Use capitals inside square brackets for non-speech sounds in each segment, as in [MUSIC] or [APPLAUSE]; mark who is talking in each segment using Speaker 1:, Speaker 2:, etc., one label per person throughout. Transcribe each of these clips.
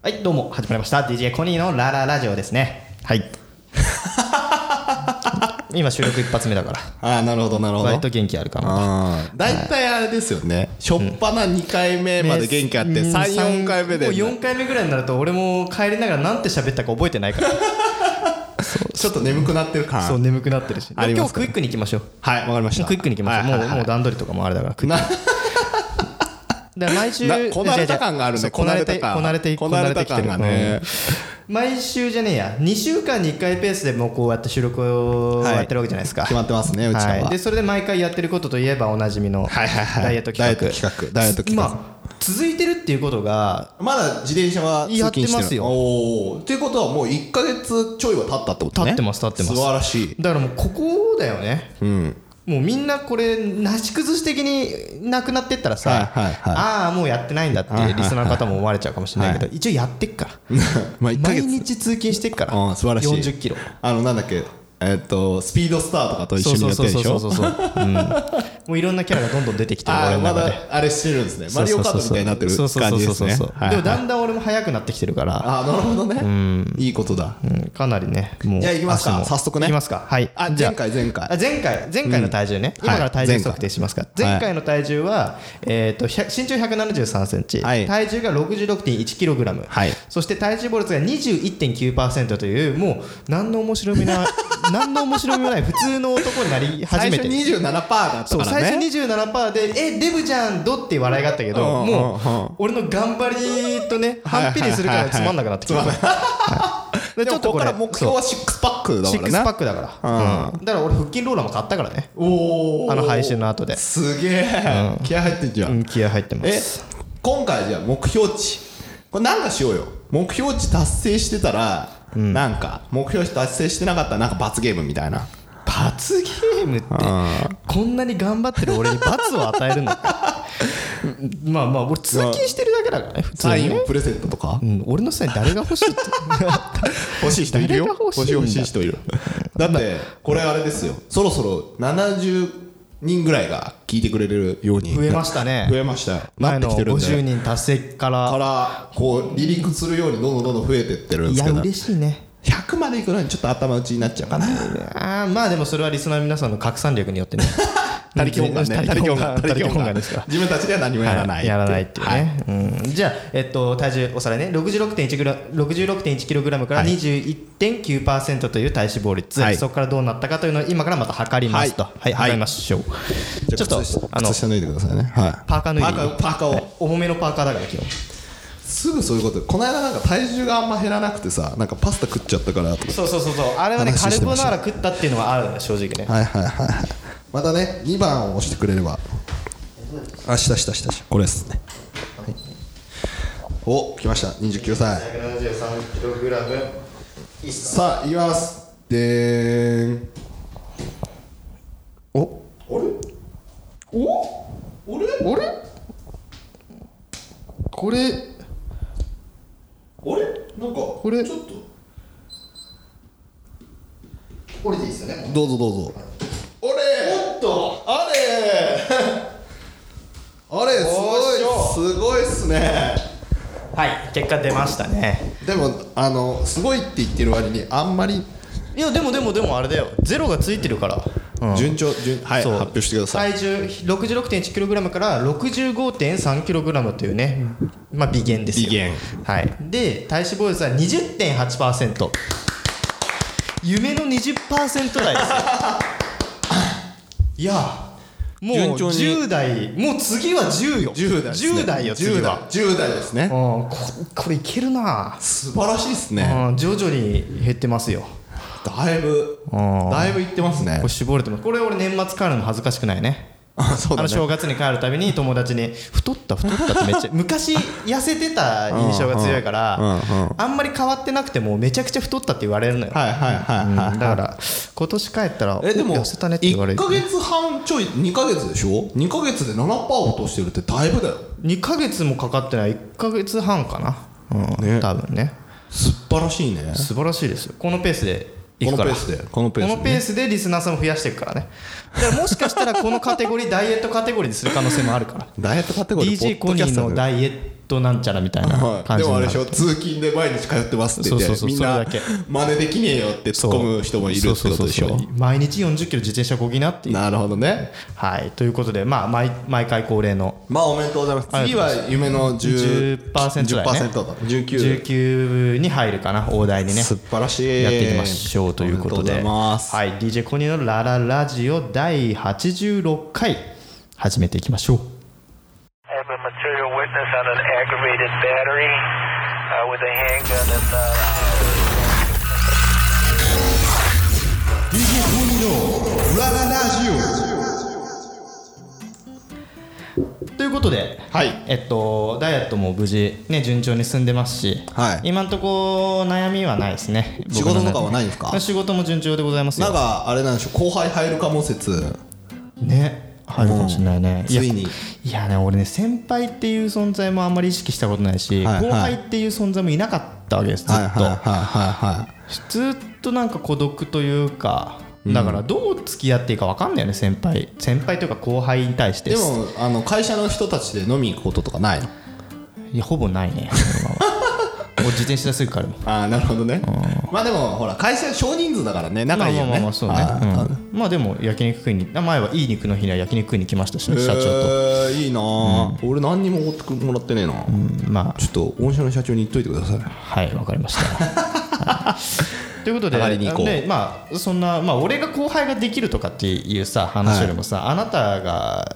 Speaker 1: はい、どうも、始まりました。DJ コニーのラララジオですね。
Speaker 2: [LAUGHS]
Speaker 1: はい。今、収録一発目だから。
Speaker 2: ああなるほどなるほど
Speaker 1: 割と元気あるかな。
Speaker 2: あー大体あれですよね初っ端な2回目まで元気あって34回目で
Speaker 1: もう4回目ぐらいになると、俺も帰りながらなんて喋ったか覚えてないから。
Speaker 2: ちょっと眠くなってる感
Speaker 1: そう、眠くなってるし。
Speaker 2: あり
Speaker 1: 今
Speaker 2: ま
Speaker 1: 日
Speaker 2: すか
Speaker 1: クイックに行きましょう。
Speaker 2: はいわかりました
Speaker 1: クイックに行きましょう。も
Speaker 2: はいうはいはい
Speaker 1: もう段取りとかもあれだから、クイッ
Speaker 2: な
Speaker 1: ク。だから毎週、
Speaker 2: なこなれた感がある
Speaker 1: そ
Speaker 2: ね
Speaker 1: うこなれて、こなれて、
Speaker 2: こなれた
Speaker 1: きて
Speaker 2: 感
Speaker 1: る
Speaker 2: がね
Speaker 1: 毎週じゃねえや2週間に1回ペースでもうこうやって収録を
Speaker 2: はい
Speaker 1: やってるわけじゃないですか、
Speaker 2: 決まってますねうちら
Speaker 1: はい、
Speaker 2: は
Speaker 1: でそれで毎回やってることといえばおなじみの
Speaker 2: はいはいはい
Speaker 1: ダイエット企画
Speaker 2: ダイエット企画ダイエット企画
Speaker 1: まあ続いてるっていうことが
Speaker 2: まだ自転車は通勤してる
Speaker 1: やってますよ
Speaker 2: おおということはもう1か月ちょいは経ったってことね
Speaker 1: 経ってます経ってます
Speaker 2: 素晴らしい
Speaker 1: だからもうここだよね
Speaker 2: うん [LAUGHS]
Speaker 1: もうみんなこれなし崩し的になくなってったらさ、
Speaker 2: はいはいはい
Speaker 1: ああもうやってないんだって
Speaker 2: はいはいはい
Speaker 1: リスナーの方も思われちゃうかもしれないけど、一応やってっから
Speaker 2: まあ1か
Speaker 1: 毎
Speaker 2: 月
Speaker 1: 日通勤してっから
Speaker 2: あー素晴らしい
Speaker 1: 40キロ
Speaker 2: あのなんだっけえーっとスピードスターとかと一緒にやってるでし
Speaker 1: そう
Speaker 2: ょ
Speaker 1: そうそうそうそう、うん、もういろんなキャラがどんどん出てきてる
Speaker 2: あ
Speaker 1: 俺
Speaker 2: あ
Speaker 1: の
Speaker 2: ま
Speaker 1: 中で
Speaker 2: だあれしてるんですねマリオカートみたいになってる
Speaker 1: そうそうそ
Speaker 2: 感
Speaker 1: う
Speaker 2: じ
Speaker 1: そう
Speaker 2: です
Speaker 1: そう
Speaker 2: ね
Speaker 1: そう
Speaker 2: はい
Speaker 1: でもだんだん俺も速くなってきてるから、
Speaker 2: ああなるほどねいいことだ
Speaker 1: うんかなりねもう
Speaker 2: じゃあ行きますか
Speaker 1: 足も
Speaker 2: 早速ね
Speaker 1: 行きますかはい
Speaker 2: あ
Speaker 1: じゃ
Speaker 2: 前回前回
Speaker 1: あ前回前回の体重ね、
Speaker 2: うん
Speaker 1: 今から体重
Speaker 2: はい前回
Speaker 1: 測定しますか、
Speaker 2: い
Speaker 1: 前回の体重は、えー、と100身長1 7 3センチ、
Speaker 2: はい
Speaker 1: 体重が6 6 1キログラム、
Speaker 2: はい
Speaker 1: そして体重ボルツが21.9%というもう何の面白みも
Speaker 2: [LAUGHS]
Speaker 1: ない何の面白みもない普通の男になり始
Speaker 2: 最
Speaker 1: め
Speaker 2: 初
Speaker 1: て
Speaker 2: 27%だった
Speaker 1: そう
Speaker 2: から
Speaker 1: 最初
Speaker 2: ね
Speaker 1: 27%で「えデブじゃんど」っていう笑いがあったけど
Speaker 2: うん
Speaker 1: も
Speaker 2: うん
Speaker 1: う俺の頑張りとね
Speaker 2: はい
Speaker 1: 反比例するから
Speaker 2: はいは
Speaker 1: つ
Speaker 2: い
Speaker 1: まんなくなってきた
Speaker 2: つまん
Speaker 1: はいでち
Speaker 2: で
Speaker 1: ょ
Speaker 2: も
Speaker 1: っと
Speaker 2: ここ
Speaker 1: こ
Speaker 2: か
Speaker 1: れ
Speaker 2: ら目標はシックスパックだ
Speaker 1: そう
Speaker 2: か
Speaker 1: シック
Speaker 2: らね
Speaker 1: スパックだからうんだから俺腹筋ローラーも買ったからね
Speaker 2: おお
Speaker 1: あの配信の後です
Speaker 2: げえ気合入ってんじゃ
Speaker 1: うんん気合入ってま
Speaker 2: え
Speaker 1: す
Speaker 2: 今回じゃあ目標値これなんかしようよ目標値達成してたらなんか目標値達成してなかったらなんか罰ゲームみたいな
Speaker 1: 罰ゲームってこんなに頑張ってる俺に罰を与えるのかうんまあまあ俺通勤してるだけだからね普通
Speaker 2: サイ
Speaker 1: に
Speaker 2: ンを
Speaker 1: ね
Speaker 2: プレゼントとか
Speaker 1: うん俺のせいに誰が欲しいって
Speaker 2: 欲しい人いるよ
Speaker 1: 誰が欲しいんだ
Speaker 2: 欲しい人
Speaker 1: [LAUGHS]
Speaker 2: いるだってこれあれですよそろそろ70人ぐらいが聞いてくれるように
Speaker 1: 増えましたね
Speaker 2: 増えましたな
Speaker 1: 前
Speaker 2: って
Speaker 1: の
Speaker 2: きてるん
Speaker 1: 50
Speaker 2: で
Speaker 1: 人達成から
Speaker 2: からこう離陸するようにどんどんどんどん増えてってるんですけど
Speaker 1: しいね
Speaker 2: 100までいくのにちょっと頭打ちになっちゃうかな
Speaker 1: あーまあでもそれはリスナーの皆さんの拡散力によ [LAUGHS] ってね
Speaker 2: 他力本願ね
Speaker 1: 他力本願他
Speaker 2: 他
Speaker 1: 力
Speaker 2: 力
Speaker 1: 本
Speaker 2: 本
Speaker 1: 願
Speaker 2: 願
Speaker 1: ですから
Speaker 2: 自分たちでは何もやらない、
Speaker 1: やらないっていうね、うん、じゃあ、えっと、体重おさらいね66.1グラ66.1キログラムから21.9%という体脂肪率、
Speaker 2: はい
Speaker 1: そこからどうなったかというのを今からまた測りますと
Speaker 2: は
Speaker 1: はいい、測りましょう、ち
Speaker 2: じ
Speaker 1: ょっ
Speaker 2: ゃあ
Speaker 1: と
Speaker 2: 靴下
Speaker 1: あの
Speaker 2: 靴下脱いでくださいねはい
Speaker 1: パーカー脱いでいい
Speaker 2: パーカーパーカーを、
Speaker 1: 重めのパーカーだから今日
Speaker 2: すぐそういうことこの間なんか体重があんま減らなくてさなんかパスタ食っちゃったからとか
Speaker 1: そうそうそうそうあれはねカ
Speaker 2: 話
Speaker 1: ル
Speaker 2: して
Speaker 1: ボナ
Speaker 2: ました
Speaker 1: ーラ食ったっていうのはあるね正直ね
Speaker 2: はいはいはいはいまたね2番を押してくれればあしたしたしたしたこれですね、はい、お来ました29歳
Speaker 1: 173キログラム
Speaker 2: さあいきますでーん
Speaker 1: お
Speaker 2: あれおあれ
Speaker 1: あれこれ
Speaker 2: あれなんかこ
Speaker 1: れ
Speaker 2: ちょっ
Speaker 1: これでいいですよね
Speaker 2: とどうぞどうぞあれ
Speaker 1: おっと
Speaker 2: あれ [LAUGHS] あれすごいすごいっすね
Speaker 1: はい結果出ましたね
Speaker 2: でもあのすごいって言ってる割にあんまり
Speaker 1: いやでもでもでもあれだよゼロがついてるから、
Speaker 2: 順調、順はい
Speaker 1: そう
Speaker 2: 発表してください
Speaker 1: 体重 66.1kg から 65.3kg というね、まあ、微減ですよ
Speaker 2: 微減
Speaker 1: はい、で体脂肪率は20.8%夢の20%台 [LAUGHS] ですよいやもう
Speaker 2: 順調に
Speaker 1: 10代もう次は10よ
Speaker 2: 10代ですね
Speaker 1: 10代よ次
Speaker 2: 10代
Speaker 1: は
Speaker 2: 10代ですね
Speaker 1: うんここれいけるな、
Speaker 2: 素晴らしいですね
Speaker 1: うん、徐々に減ってますよ
Speaker 2: だいぶ
Speaker 1: うん
Speaker 2: だいぶいってますね
Speaker 1: これ絞れてますこれ俺年末帰るの恥ずかしくないね
Speaker 2: あ [LAUGHS] そう
Speaker 1: あ
Speaker 2: だ
Speaker 1: の
Speaker 2: ね
Speaker 1: 正月に帰るたびに友達に太った太ったってめっ
Speaker 2: [LAUGHS]
Speaker 1: ちゃ昔痩せてた印象が強いから
Speaker 2: うんうんうん
Speaker 1: あんまり変わってなくてもめちゃくちゃ太ったって言われるのよ
Speaker 2: はいはいはい
Speaker 1: だ
Speaker 2: はい
Speaker 1: から今年帰ったら
Speaker 2: えでも
Speaker 1: 痩せたねって言われ
Speaker 2: 1
Speaker 1: る
Speaker 2: か月半ちょい2か月でしょ2か月で7%落としてるってだいぶだよ
Speaker 1: 2ヶ月もかかってない1ヶ月半かなうん
Speaker 2: ね
Speaker 1: 多分ね
Speaker 2: 素晴らしいね
Speaker 1: 素晴らしいですよこのペースでい
Speaker 2: こ
Speaker 1: く
Speaker 2: の
Speaker 1: か
Speaker 2: ペ
Speaker 1: ら
Speaker 2: ースでこのペ
Speaker 1: こ
Speaker 2: ース
Speaker 1: の
Speaker 2: で
Speaker 1: ペースでリスナーさんを増やしていくからねだからもしかしたらこのカテゴリーダイエットカテゴリーにする可能性もあるから
Speaker 2: ダイエットカテゴリー
Speaker 1: DJ コニーのダイエットなんちゃらみたいな
Speaker 2: は
Speaker 1: 感
Speaker 2: い、で
Speaker 1: じに
Speaker 2: もあ
Speaker 1: な
Speaker 2: れ
Speaker 1: る
Speaker 2: でしょ通勤で毎日通ってますって言って
Speaker 1: そうそうそう
Speaker 2: みんな
Speaker 1: それだけ
Speaker 2: 真似できねえよって突っ込む人もいるってことでし
Speaker 1: そう
Speaker 2: ょ
Speaker 1: そうそうそう毎日40キロ自転車こぎなっていう
Speaker 2: なるほどね
Speaker 1: はいということでまあ毎毎回恒例の
Speaker 2: まあおめでとうございます
Speaker 1: あり
Speaker 2: 次
Speaker 1: がとうご
Speaker 2: は夢の 10%,
Speaker 1: 10%だよね
Speaker 2: 10%だ19
Speaker 1: 19に入るかな大台にね
Speaker 2: 素晴らしい
Speaker 1: やっていきましょうということで
Speaker 2: ありがとうございます、
Speaker 1: はい、DJ コニーのラララジオ第86回始めていきましょう
Speaker 3: I have a material witness on an aggravated battery uh, with a handgun and. Uh,
Speaker 2: DJ コニのラララジ
Speaker 1: ということで、
Speaker 2: はい
Speaker 1: えっと、ダイエットも無事、ね、順調に進んでますし、
Speaker 2: はい
Speaker 1: 今んとこ悩みはないですね
Speaker 2: 仕事とかはないんですか
Speaker 1: 僕の仕事も順調でございます
Speaker 2: オなん
Speaker 1: よ
Speaker 2: かあれなんでしょう後輩入るかも説
Speaker 1: ね入るかもしれないね、
Speaker 2: うん
Speaker 1: や
Speaker 2: ついに
Speaker 1: いやね俺ね先輩っていう存在もあんまり意識したことないし、
Speaker 2: はいはい
Speaker 1: 後輩っていう存在もいなかったわけですずっと、
Speaker 2: はいはいはいはいはい
Speaker 1: ずっとなんか孤独というかだからどう付き合っていいか分かんないよね先輩先輩というか後輩に対して
Speaker 2: でもあの会社の人たちで飲みに行くこととかないの
Speaker 1: いやほぼないね
Speaker 2: [LAUGHS]
Speaker 1: 今はもう自転車すぐからも
Speaker 2: ああなるほどねまあでもほら会社少人数だからね仲いいよね
Speaker 1: まあまあまあまあそうね
Speaker 2: はい
Speaker 1: うんまあでも焼肉食いに前はいい肉の日には焼肉食いに来ましたしね社長と
Speaker 2: えーいいなあ俺何にもおごってもらってねえな
Speaker 1: まあ
Speaker 2: ちょっと御社の社長に言っといてください
Speaker 1: はいわかりました
Speaker 2: [LAUGHS]
Speaker 1: はいということで
Speaker 2: 上がりに行こう
Speaker 1: でまあそんなまあ俺が後輩ができるとかっていうさ話よりもさ、あなたが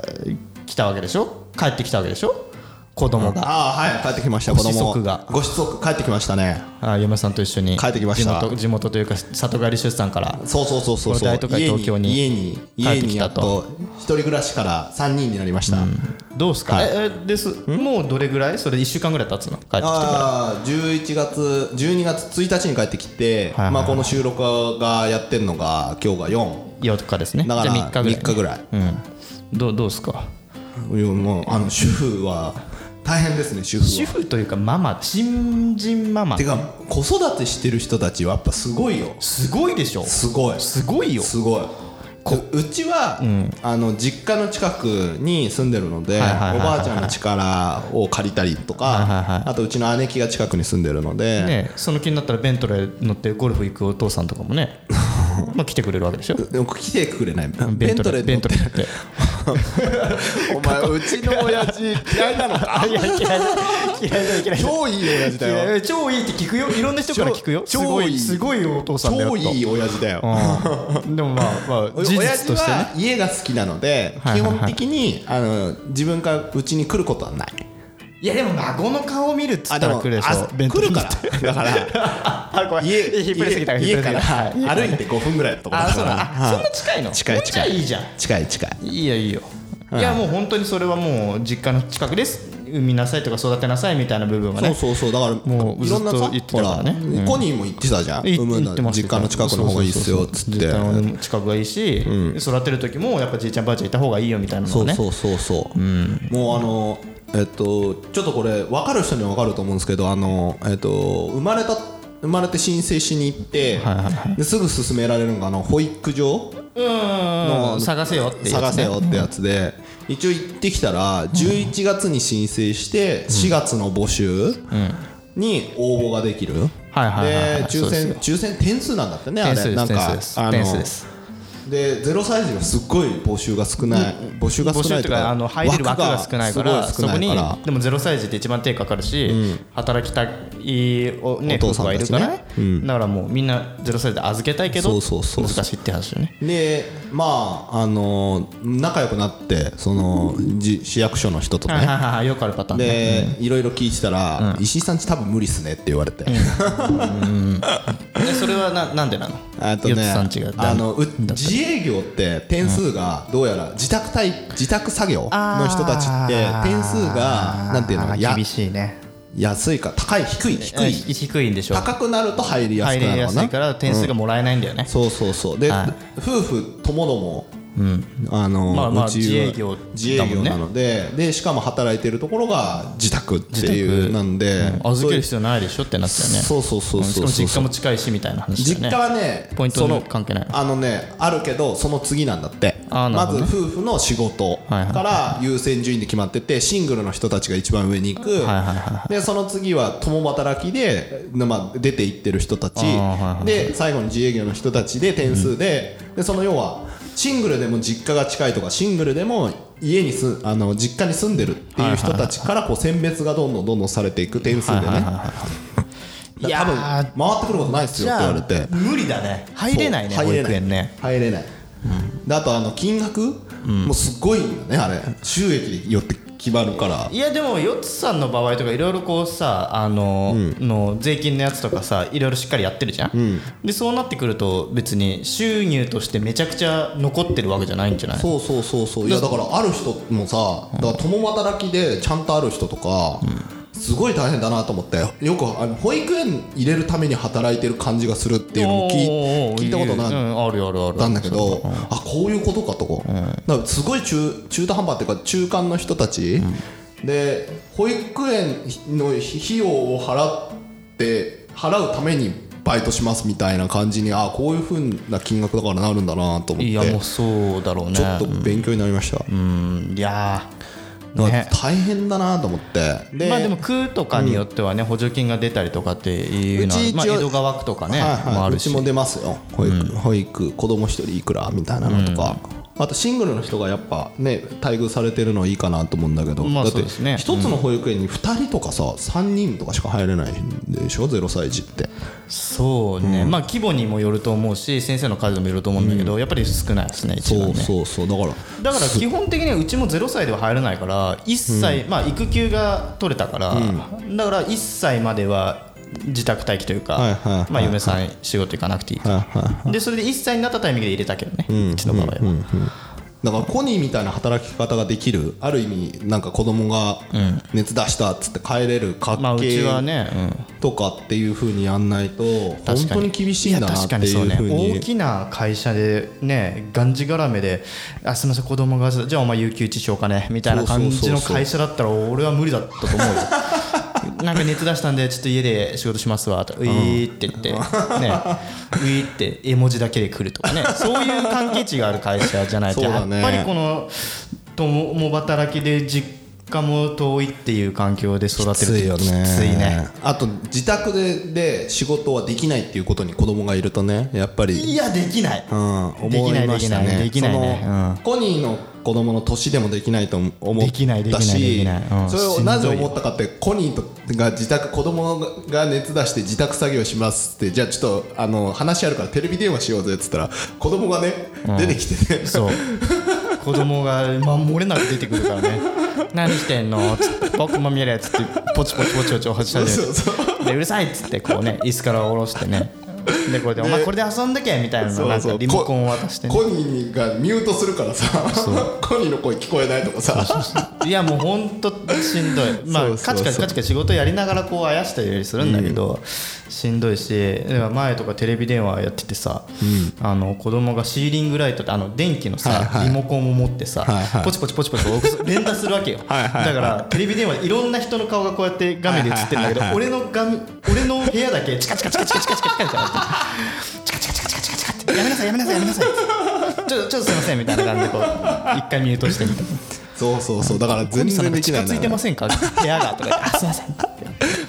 Speaker 1: 来たわけでしょ帰ってきたわけでしょ子供が
Speaker 2: ああはい帰ってきました
Speaker 1: ご
Speaker 2: 子
Speaker 1: 子
Speaker 2: 供
Speaker 1: 息が
Speaker 2: ご子息帰ってきましたね
Speaker 1: あ嫁さんと一緒に
Speaker 2: 帰ってきました
Speaker 1: 地元地元というか里帰り出産から
Speaker 2: そうそうそうそう
Speaker 1: こ
Speaker 2: そ
Speaker 1: れ
Speaker 2: う
Speaker 1: 大都会東京に
Speaker 2: 家に
Speaker 1: 帰
Speaker 2: 家
Speaker 1: って
Speaker 2: に
Speaker 1: き
Speaker 2: や
Speaker 1: た
Speaker 2: っ
Speaker 1: と
Speaker 2: と一人暮らしから3人になりました
Speaker 1: どうすか、
Speaker 2: はい
Speaker 1: ええですもうどれぐらいそれ1週間ぐらい経つの帰ってきてから
Speaker 2: ああ11月12月1日に帰ってき
Speaker 1: はい
Speaker 2: て
Speaker 1: はいはい
Speaker 2: まあこの収録がやってんのが今日が4
Speaker 1: 4日ですね
Speaker 2: だから
Speaker 1: じゃあ3日ぐらい
Speaker 2: 3日ぐらい
Speaker 1: うん、どうどうですか
Speaker 2: いやもうあの主婦は大変ですね主婦は
Speaker 1: 主婦というかママ新人ママ
Speaker 2: てか子育てしてる人たちはやっぱすごいよ
Speaker 1: すごいでしょ
Speaker 2: すごい
Speaker 1: すごいよ
Speaker 2: すごいううちは、あの実家の近くに住んでるのでお
Speaker 1: はいはいはいはい
Speaker 2: ばあちゃんの力を借りたりとか、
Speaker 1: いはいはい
Speaker 2: あとうちの姉貴が近くに住んでるので、
Speaker 1: ねその気になったらベントレー乗ってゴルフ行くお父さんとかもねまあ来てくれるわけでしょ
Speaker 2: でも来てくれない
Speaker 1: ベン
Speaker 2: ベン
Speaker 1: ト
Speaker 2: ト
Speaker 1: レ
Speaker 2: レ
Speaker 1: ーベン
Speaker 2: ー
Speaker 1: ト
Speaker 2: と
Speaker 1: レー乗って
Speaker 2: お前うちの親
Speaker 1: [LAUGHS]
Speaker 2: 父嫌いなのか
Speaker 1: いや嫌いだ嫌いだ嫌いだ
Speaker 2: 超いい親父だよ
Speaker 1: いや超いいって聞くよいろんな人から聞くよす
Speaker 2: 超
Speaker 1: ご
Speaker 2: 超い
Speaker 1: い
Speaker 2: い
Speaker 1: すごいお父さんだよと
Speaker 2: 超いい親父だよ、
Speaker 1: うんでもまあまあ
Speaker 2: お
Speaker 1: 事
Speaker 2: 親
Speaker 1: 実
Speaker 2: 父
Speaker 1: として
Speaker 2: は
Speaker 1: ね
Speaker 2: 家が好きなので
Speaker 1: はいはい
Speaker 2: 基
Speaker 1: はい
Speaker 2: 本的にあの自分からうちに来ることはない
Speaker 1: いやでも孫の顔を見るっつったら来るでし
Speaker 2: あ
Speaker 1: ょ
Speaker 2: 来るからだから
Speaker 1: あごめん
Speaker 2: 家
Speaker 1: [LAUGHS] 引っ張りすぎた
Speaker 2: 家家
Speaker 1: 引っ張
Speaker 2: か
Speaker 1: り
Speaker 2: ら
Speaker 1: すぎたはい
Speaker 2: 歩いて5分ぐらいのところ
Speaker 1: あ
Speaker 2: だ
Speaker 1: そう
Speaker 2: か
Speaker 1: な
Speaker 2: ら
Speaker 1: んあそんな近いの
Speaker 2: 近い近い
Speaker 1: もうちょいいいじゃん
Speaker 2: 近い近い
Speaker 1: いいよいいよいやもう本当にそれはもう実家の近くです産みなさいとか育てなさいみたいな部分は
Speaker 2: そう
Speaker 1: ね
Speaker 2: そうそうだから
Speaker 1: もう
Speaker 2: いろんな
Speaker 1: ずっ
Speaker 2: さ
Speaker 1: と言って
Speaker 2: ほ
Speaker 1: たから
Speaker 2: ら
Speaker 1: ねうん
Speaker 2: コニーも言ってたじゃん
Speaker 1: い
Speaker 2: 産む
Speaker 1: 言って
Speaker 2: の
Speaker 1: まし
Speaker 2: 実
Speaker 1: た
Speaker 2: 家の近くの方がいいっすよっつって
Speaker 1: そうそうそうそう実家の近くがいいし育てる時もやっぱじいちゃんばあちゃんいた方がいいよみたいなの
Speaker 2: そ
Speaker 1: を
Speaker 2: う
Speaker 1: ね
Speaker 2: そうそうそうもうあのえっとちょっとこれ分かる人には分かると思うんですけどあのえっと生まれた生まれて申請しに行って
Speaker 1: はいはいは
Speaker 2: ですぐ勧められるのがあの保育所
Speaker 1: うんうん探せよっていうやつね
Speaker 2: 探せよってやつで一応行ってきたら11月に申請して4月の募集に応募ができるで
Speaker 1: はいはいはいはいそ
Speaker 2: 抽
Speaker 1: うです
Speaker 2: 選
Speaker 1: よ
Speaker 2: 抽選点数なんだってねあ
Speaker 1: 点数
Speaker 2: れ
Speaker 1: で
Speaker 2: な
Speaker 1: す
Speaker 2: んか
Speaker 1: 点数です
Speaker 2: あ
Speaker 1: 点数
Speaker 2: の
Speaker 1: です
Speaker 2: でゼロ歳児がすっごい募集が少ない募集が
Speaker 1: 募
Speaker 2: 少な
Speaker 1: 集
Speaker 2: い
Speaker 1: とかあの入れる枠が少ないから
Speaker 2: す
Speaker 1: そ
Speaker 2: ごい
Speaker 1: こ
Speaker 2: 少な
Speaker 1: に
Speaker 2: いから
Speaker 1: でも0歳児って一番手かかるし、働きたいお,、ね、
Speaker 2: お
Speaker 1: 父
Speaker 2: 父
Speaker 1: さ
Speaker 2: さ
Speaker 1: ん
Speaker 2: ん
Speaker 1: がいる
Speaker 2: たち
Speaker 1: か
Speaker 2: ね
Speaker 1: ら、だからもうみんな0歳児で預けたいけど
Speaker 2: そうそうそうそう
Speaker 1: 難しいって話よね
Speaker 2: でまああの仲良くなってそのじ市役所の人と
Speaker 1: はい
Speaker 2: ね
Speaker 1: はいは
Speaker 2: [LAUGHS]
Speaker 1: いはいよくあるパターンね
Speaker 2: でいろいろ聞いてたら石井さんち多分無理っすねって言われて
Speaker 1: でそれはななんでなの
Speaker 2: あと
Speaker 1: ヨッツ
Speaker 2: ね
Speaker 1: さんちが
Speaker 2: あの
Speaker 1: だ
Speaker 2: う
Speaker 1: って
Speaker 2: 自営業って点数がどうやら自宅対自宅作業
Speaker 1: あー
Speaker 2: の人たちって点数がなんていうのや
Speaker 1: 厳しいね
Speaker 2: 安いか高い低い低
Speaker 1: あ
Speaker 2: い
Speaker 1: 低いんでしょ
Speaker 2: 高くなると入りや
Speaker 1: 入
Speaker 2: すくな
Speaker 1: り
Speaker 2: る
Speaker 1: や
Speaker 2: の
Speaker 1: すい
Speaker 2: な
Speaker 1: から点数がもらえないんだよね、
Speaker 2: そうそうそうで
Speaker 1: はい
Speaker 2: 夫婦ともどもあ
Speaker 1: まあ
Speaker 2: の
Speaker 1: まあ
Speaker 2: うちは
Speaker 1: 自営業だもんね
Speaker 2: 自営業なのででしかも働いてるところが自宅って
Speaker 1: 自
Speaker 2: いう
Speaker 1: 宅
Speaker 2: なんで
Speaker 1: 預ける必要ないでしょってなったよね
Speaker 2: そうそうそうそう
Speaker 1: うんしかも実家も近いしみたいな話だよ
Speaker 2: 実
Speaker 1: ね
Speaker 2: 家はね
Speaker 1: ポイント
Speaker 2: その
Speaker 1: に関係ない
Speaker 2: あのねあるけどその次なんだって
Speaker 1: あーな
Speaker 2: ま
Speaker 1: るほど
Speaker 2: ず
Speaker 1: ね
Speaker 2: 夫婦の仕事
Speaker 1: はいはい
Speaker 2: から優先順位で決まっててシングルの人たちが一番上に行く、
Speaker 1: はいはいは
Speaker 2: でその次は共働きで、まあ、出て行ってる人た
Speaker 1: あ
Speaker 2: ち、
Speaker 1: ーはいはい
Speaker 2: で最後に自営業の人たちで点数で,、でその要はシングルでも実家が近いとかシングルでも家にすあの実家に住んでるっていう人たちからこう選別がどんどんどんどんされていく点数でね、
Speaker 1: はいはいはいい
Speaker 2: 多分回
Speaker 1: やー
Speaker 2: ってくることないですよって言われて
Speaker 1: 無理だね入れないね
Speaker 2: そう
Speaker 1: 保
Speaker 2: 入れ
Speaker 1: 育園ね
Speaker 2: 入れない、であとあの金額、もうすごいよねあれ収益によって決まるから
Speaker 1: いやでもヨッツさんの場合とかいろいろこうさあの,、の税金のやつとかさいろいろしっかりやってるじゃん、でそうなってくると別に収入としてめちゃくちゃ残ってるわけじゃないんじゃない
Speaker 2: そうそうそうそういやだからある人もさだから共働きでちゃんとある人とか、すごい大変だなと思ってよくあの保育園入れるために働いてる感じがするっていうのも聞い
Speaker 1: おーおーおー
Speaker 2: 聞いたこと
Speaker 1: う
Speaker 2: ない
Speaker 1: んあるあるある
Speaker 2: なんだけどあこういうことかとか,、だからすごい中中途半端っていうか中間の人たち、で保育園の費用を払って払うためにバイトしますみたいな感じにあこういうふうな金額だからなるんだなと思って
Speaker 1: いやもうそうだろうね
Speaker 2: ちょっと勉強になりました、
Speaker 1: うんいやー
Speaker 2: だから
Speaker 1: ね
Speaker 2: 大変だなと思ってで,、
Speaker 1: まあでも区とかによってはね補助金が出たりとかっていうのは
Speaker 2: うち一応
Speaker 1: まあ江戸川区とかね
Speaker 2: はいはい
Speaker 1: もあ
Speaker 2: う
Speaker 1: る
Speaker 2: ち
Speaker 1: し
Speaker 2: も出ますよ保育,、保育子供一人いくらみたいなのとか、あとシングルの人がやっぱね待遇されてるのいいかなと思うんだけど、
Speaker 1: まあ
Speaker 2: だっ
Speaker 1: そ
Speaker 2: て
Speaker 1: うですね
Speaker 2: 一つの保育園に2人とかさ3人とかしか入れないんでしょ0歳児って
Speaker 1: そうねまあ規模にもよると思うし先生の数にもよると思うんだけどやっぱり少ないですね一番
Speaker 2: そう
Speaker 1: ね
Speaker 2: そうそうだから
Speaker 1: だから基本的にはうちも0歳では入らないから1歳、まあ育休が取れたから、だから1歳までは自宅待機というか、
Speaker 2: はいはいはいはい
Speaker 1: まあ、嫁さん仕事行かなくていいから、
Speaker 2: はいはい
Speaker 1: でそれで1歳になったタイミングで入れたけどね、うちの場合は、
Speaker 2: だからコニーみたいな働き方ができるある意味なんか子供が熱出したっつって帰れる家
Speaker 1: まあうちは
Speaker 2: 計
Speaker 1: ね、うん
Speaker 2: とかっていうふうにやんないと
Speaker 1: 確か
Speaker 2: 本当に厳しいんだなって
Speaker 1: や
Speaker 2: い
Speaker 1: 確
Speaker 2: うふ
Speaker 1: か
Speaker 2: う
Speaker 1: にそうね
Speaker 2: に
Speaker 1: 大きな会社でねがんじがらめで「あすみません子供がじゃあお前有給一消かね」みたいな感じの
Speaker 2: そうそうそうそう
Speaker 1: 会社だったら俺は無理だったと思う
Speaker 2: [LAUGHS]
Speaker 1: よなんか熱出したんでちょっと家で仕事しますわと「ういー」って言ってね「ういー」って絵文字だけで来るとかねそういう関係値がある会社じゃないと、
Speaker 2: そう
Speaker 1: や
Speaker 2: だ
Speaker 1: っ
Speaker 2: ね
Speaker 1: ぱりこの共共働きで実家も遠いっていう環境で育てるってきついね
Speaker 2: あと自宅でで仕事はできないっていうことに子供がいるとねやっぱり
Speaker 1: いやできない、
Speaker 2: うん、思いましたね
Speaker 1: できないできないできないね
Speaker 2: その
Speaker 1: うん
Speaker 2: コニーの子供の年でもできないと思思
Speaker 1: できない
Speaker 2: っ
Speaker 1: できな
Speaker 2: た
Speaker 1: いで
Speaker 2: し
Speaker 1: きないうん
Speaker 2: それを
Speaker 1: しんどいよ
Speaker 2: なぜ思ったかってコニーとが自宅子供が熱出して自宅作業しますってじゃあちょっとあの話あるからテレビ電話しようぜっつったら子供がね、出てきてね
Speaker 1: そう子供が守れなく出てくるからね [LAUGHS] 何してんのつって僕も見れっつってポチポチポチポチ落ちた
Speaker 2: そうそう
Speaker 1: りでうるさいっつってこうね椅子から下ろしてねでこれで「お前これで遊んでけ」みたいなのなんかリモコンを渡してね
Speaker 2: ココニーがミュートするからさ [LAUGHS] コニーの声聞こえないとかさ
Speaker 1: いやもうほんとしんどいまあ
Speaker 2: そうそうそう
Speaker 1: カチカチカチカチ仕事やりながらこうあやしたりするんだけど、しんどいしだから前とかテレビ電話やっててさ、あの子供がシーリングライトってあの電気のさ、
Speaker 2: はいはい
Speaker 1: リモコンを持ってさ、
Speaker 2: はいはい
Speaker 1: ポチポチポチポチ押す連打するわけよ
Speaker 2: はいはいは
Speaker 1: だ
Speaker 2: い
Speaker 1: からテレビ電話でいろんな人の顔がこうやって画面で映ってるんだけど、
Speaker 2: はいはい
Speaker 1: 俺の画面俺の部屋だけチカチカチカチカチカチカチカチカチカチカチカチカチカチカチカってやめなさいやめなさいやめなさいちょっとちょっとすいませんみたいな感じでこう一回ミュートしてみたいな。
Speaker 2: そうそうそうだから全
Speaker 1: 神さんな
Speaker 2: 然で
Speaker 1: んか
Speaker 2: き
Speaker 1: 近
Speaker 2: ないん
Speaker 1: づ
Speaker 2: だ
Speaker 1: い
Speaker 2: よ
Speaker 1: て
Speaker 2: ね
Speaker 1: ませんか部屋がとか言ってあすいません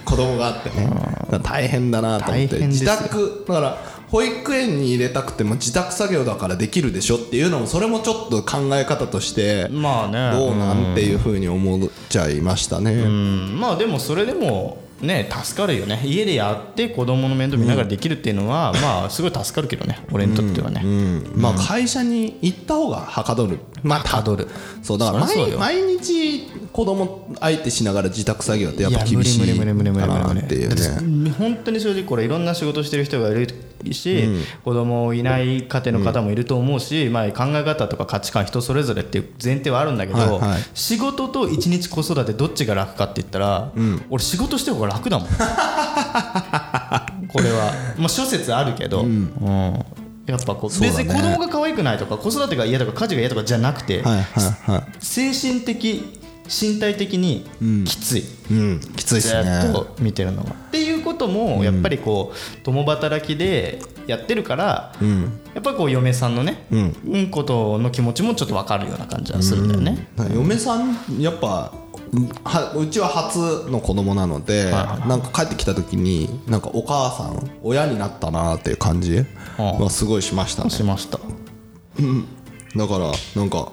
Speaker 2: 子供があってねだから大変だなと思っ
Speaker 1: 大
Speaker 2: て
Speaker 1: 変です
Speaker 2: 自
Speaker 1: よ
Speaker 2: 宅だから保育園に入れたくても自宅作業だからできるでしょっていうのもそれもちょっと考え方としてど
Speaker 1: まあね
Speaker 2: うなんていうふうに思っちゃいましたね
Speaker 1: うんまあでもそれでもね助かるよね家でやって子供の面倒見ながらできるっていうのは、まあすごい助かるけどね俺にとってはね、
Speaker 2: うんまあ会社に行った方がはかどるまあ
Speaker 1: たどる
Speaker 2: そうだから
Speaker 1: そりゃそう
Speaker 2: 毎
Speaker 1: よ
Speaker 2: 毎日子供相手しながら自宅作業ってやっ
Speaker 1: い
Speaker 2: ぱ
Speaker 1: や
Speaker 2: 厳し
Speaker 1: 無理
Speaker 2: い
Speaker 1: 無
Speaker 2: か
Speaker 1: 理無理無理無理
Speaker 2: な
Speaker 1: 無
Speaker 2: っ
Speaker 1: 理
Speaker 2: ていう
Speaker 1: だ
Speaker 2: ね
Speaker 1: って本当に正直これいろんな仕事してる人がいるし、子供いない家庭の方もいると思うし、まあ、考え方とか価値観人それぞれっていう前提はあるんだけど、
Speaker 2: はいはい
Speaker 1: 仕事と一日子育てどっちが楽かって言ったら、俺仕事してる方が楽
Speaker 2: [LAUGHS]
Speaker 1: だもんこれはまあ諸説あるけど、うんやっぱこう
Speaker 2: うだね
Speaker 1: 別に子供が可愛くないとか子育てが嫌とか家事が嫌とかじゃなくて、
Speaker 2: はいはいはい
Speaker 1: 精神的身体的にきつい、
Speaker 2: うんきついで
Speaker 1: ず
Speaker 2: すね
Speaker 1: っと見てるのが。っていうことこともやっぱりこう共働きでやってるから、やっぱりこう嫁さんのね、うん、ことの気持ちもちょっと分かるような感じはするんだよね。
Speaker 2: なんか嫁さんやっぱうんはうちは初の子供なので、なんか帰ってきた時になんかお母さん親になったなーっていう感じ
Speaker 1: あ
Speaker 2: はすごいしましたね
Speaker 1: しました。
Speaker 2: だからなんか